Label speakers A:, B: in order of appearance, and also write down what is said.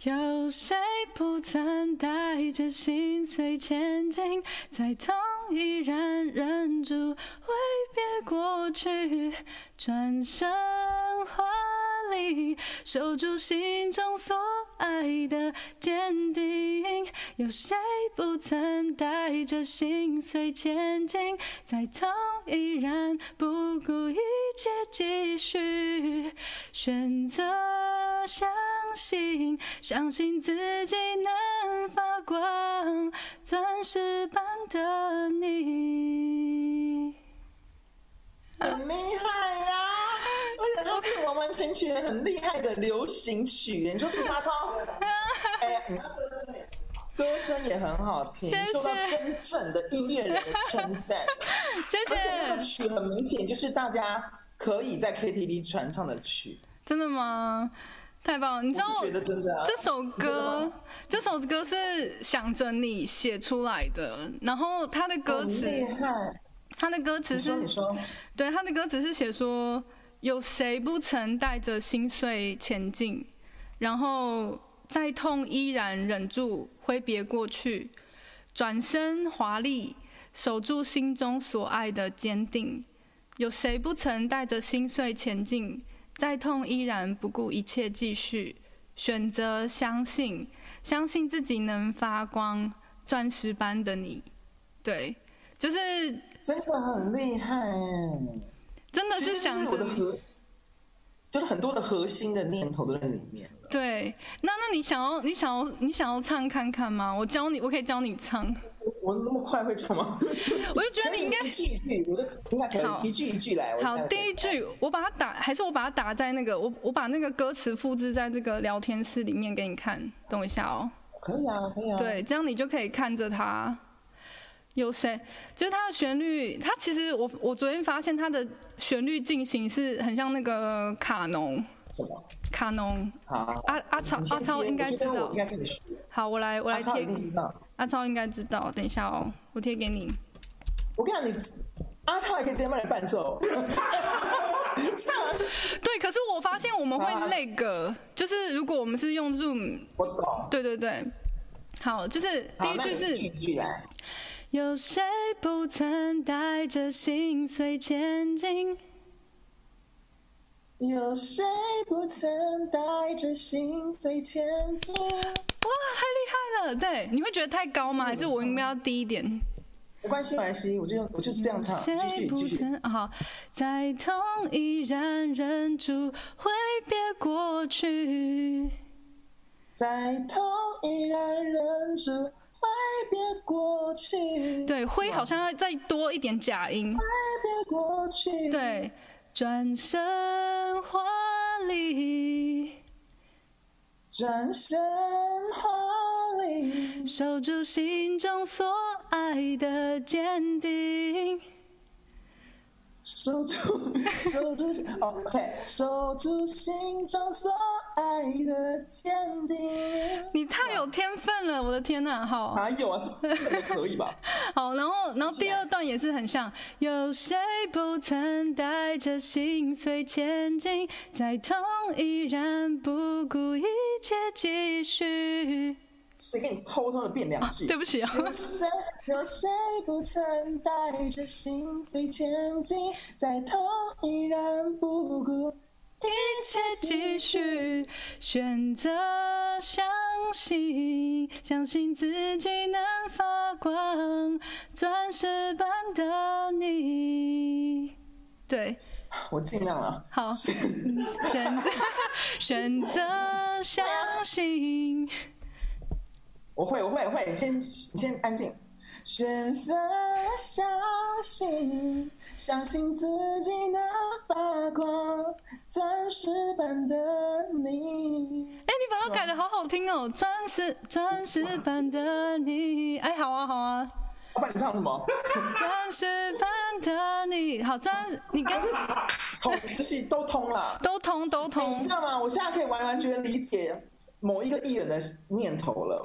A: 有谁不曾带着心碎前进，再痛依然忍住，挥别过去，转身华丽，守住心中所爱的坚定。有谁不曾带着心碎前进，再痛依然不顾一切继续，选择相信。呃相信自己能发光，钻石般的你。
B: 很厉害呀、而且它是完完全全很厉害的流行曲，你说是不是 阿超？哎、嗯歌声也很好听，
A: 谢谢
B: 受到真正的音乐人的称 赞。
A: 谢
B: 而且那个
A: 谢，
B: 曲很明显就是大家可以在 KTV 传唱的曲，
A: 真的吗？太棒了！你知道
B: 我是觉得真的啊。
A: 这首
B: 真的
A: 歌
B: 吗，
A: 这首歌是想着你写出来的，然后它的歌
B: 哦很厉
A: 词，
B: 害，
A: 它的歌词
B: 你说
A: 是
B: 你说，
A: 对，他的歌词是写说，有谁不曾带着心碎前进，然后再痛依然忍住，挥别过去，转身华丽，守住心中所爱的坚定。有谁不曾带着心碎前进，再痛依然不顾一切继续，选择相信，相信自己能发光，钻石般的你。对，就是
B: 真的很厉害哎。
A: 真的
B: 其
A: 是
B: 实
A: 想
B: 是
A: 着
B: 我的
A: 你
B: 核，就是很多的核心的念头都在里面。
A: 对，那那你想要你想要你想要唱看看吗？我教你，我可以教你唱。
B: 我那么快会唱吗？
A: 我就觉得你应该
B: 可以一句一句，我就应该可
A: 好
B: 以一句一句来。我
A: 好，
B: 应该可以
A: 第一句我把它打，还是我把它打在那个我我把那个歌词复制在这个聊天室里面给你看，等我一下哦。
B: 可以啊，可以啊。，
A: 对，这样你就可以看着它。有谁？就是它的旋律，它其实我我昨天发现它的旋律进行是很像那个卡农
B: 什么？
A: 卡农
B: 好，啊
A: 阿阿超
B: 你先
A: 阿超
B: 贴
A: 应该
B: 我
A: 知
B: 觉得我
A: 道
B: 应。该可以学。
A: 好，我来我
B: 阿
A: 来
B: 超
A: 贴
B: 一定知道。
A: 阿超应该知道，等一下哦，我贴给你。
B: 我跟你讲，你阿超还可以直接帮你伴奏。
A: 对，可是我发现我们
B: 啊
A: 会那个，就是如果我们是用 Zoom，
B: 我懂。
A: 对对对。好，就是第
B: 好
A: 一
B: 那
A: 句
B: 你
A: 是
B: 一句一句来。
A: 有谁不曾带着心碎前进？
B: 有谁不曾带着心碎前进？
A: 哇，太厉害了！对，你会觉得太高
B: 嗯
A: 吗？还是我应该要低一点？
B: 没关系，没关系，我就用我就是这样唱，继
A: 谁
B: 续
A: 不
B: 继续。
A: 曾好，再痛依然忍住，挥别过去。
B: 再痛依然忍住，挥别过去，挥
A: 对，挥好像要再多一点假音。
B: 别过去。，
A: 对，转身华丽，
B: 转身华丽，
A: 守住心中所爱的坚定。
B: 守住，守住， 哦，OK，守住心中所爱的坚定。
A: 你太有天分了，我的天呐！好，
B: 哪有啊？这可以 吧？
A: 好，然后，然后第二段也是很像，有谁不曾带着心碎前进，再痛依然不顾一切继续。
B: 谁给你偷偷的变两句？
A: 对不起啊，
B: 有谁有谁不曾带着心碎前进，再痛依然不顾。
A: 一切继续，选择相信，相信自己能发光，钻石般的你。对，
B: 我尽量啊了。
A: 好，选择选择相信，哎
B: 我会，我会，我会。你先，你先安静。选择相信，相信自己能发光，钻石般的你。
A: 哎，你把它改的好好听哦，钻石钻石般的你，哎，好啊好啊，
B: 老板，你唱什 么？
A: 钻石般的你，好钻石，你刚
B: 通，这些都通了。
A: 都通都
B: 你
A: 通
B: 知。道吗？我现在可以完完全全理解某一个艺人的念头了。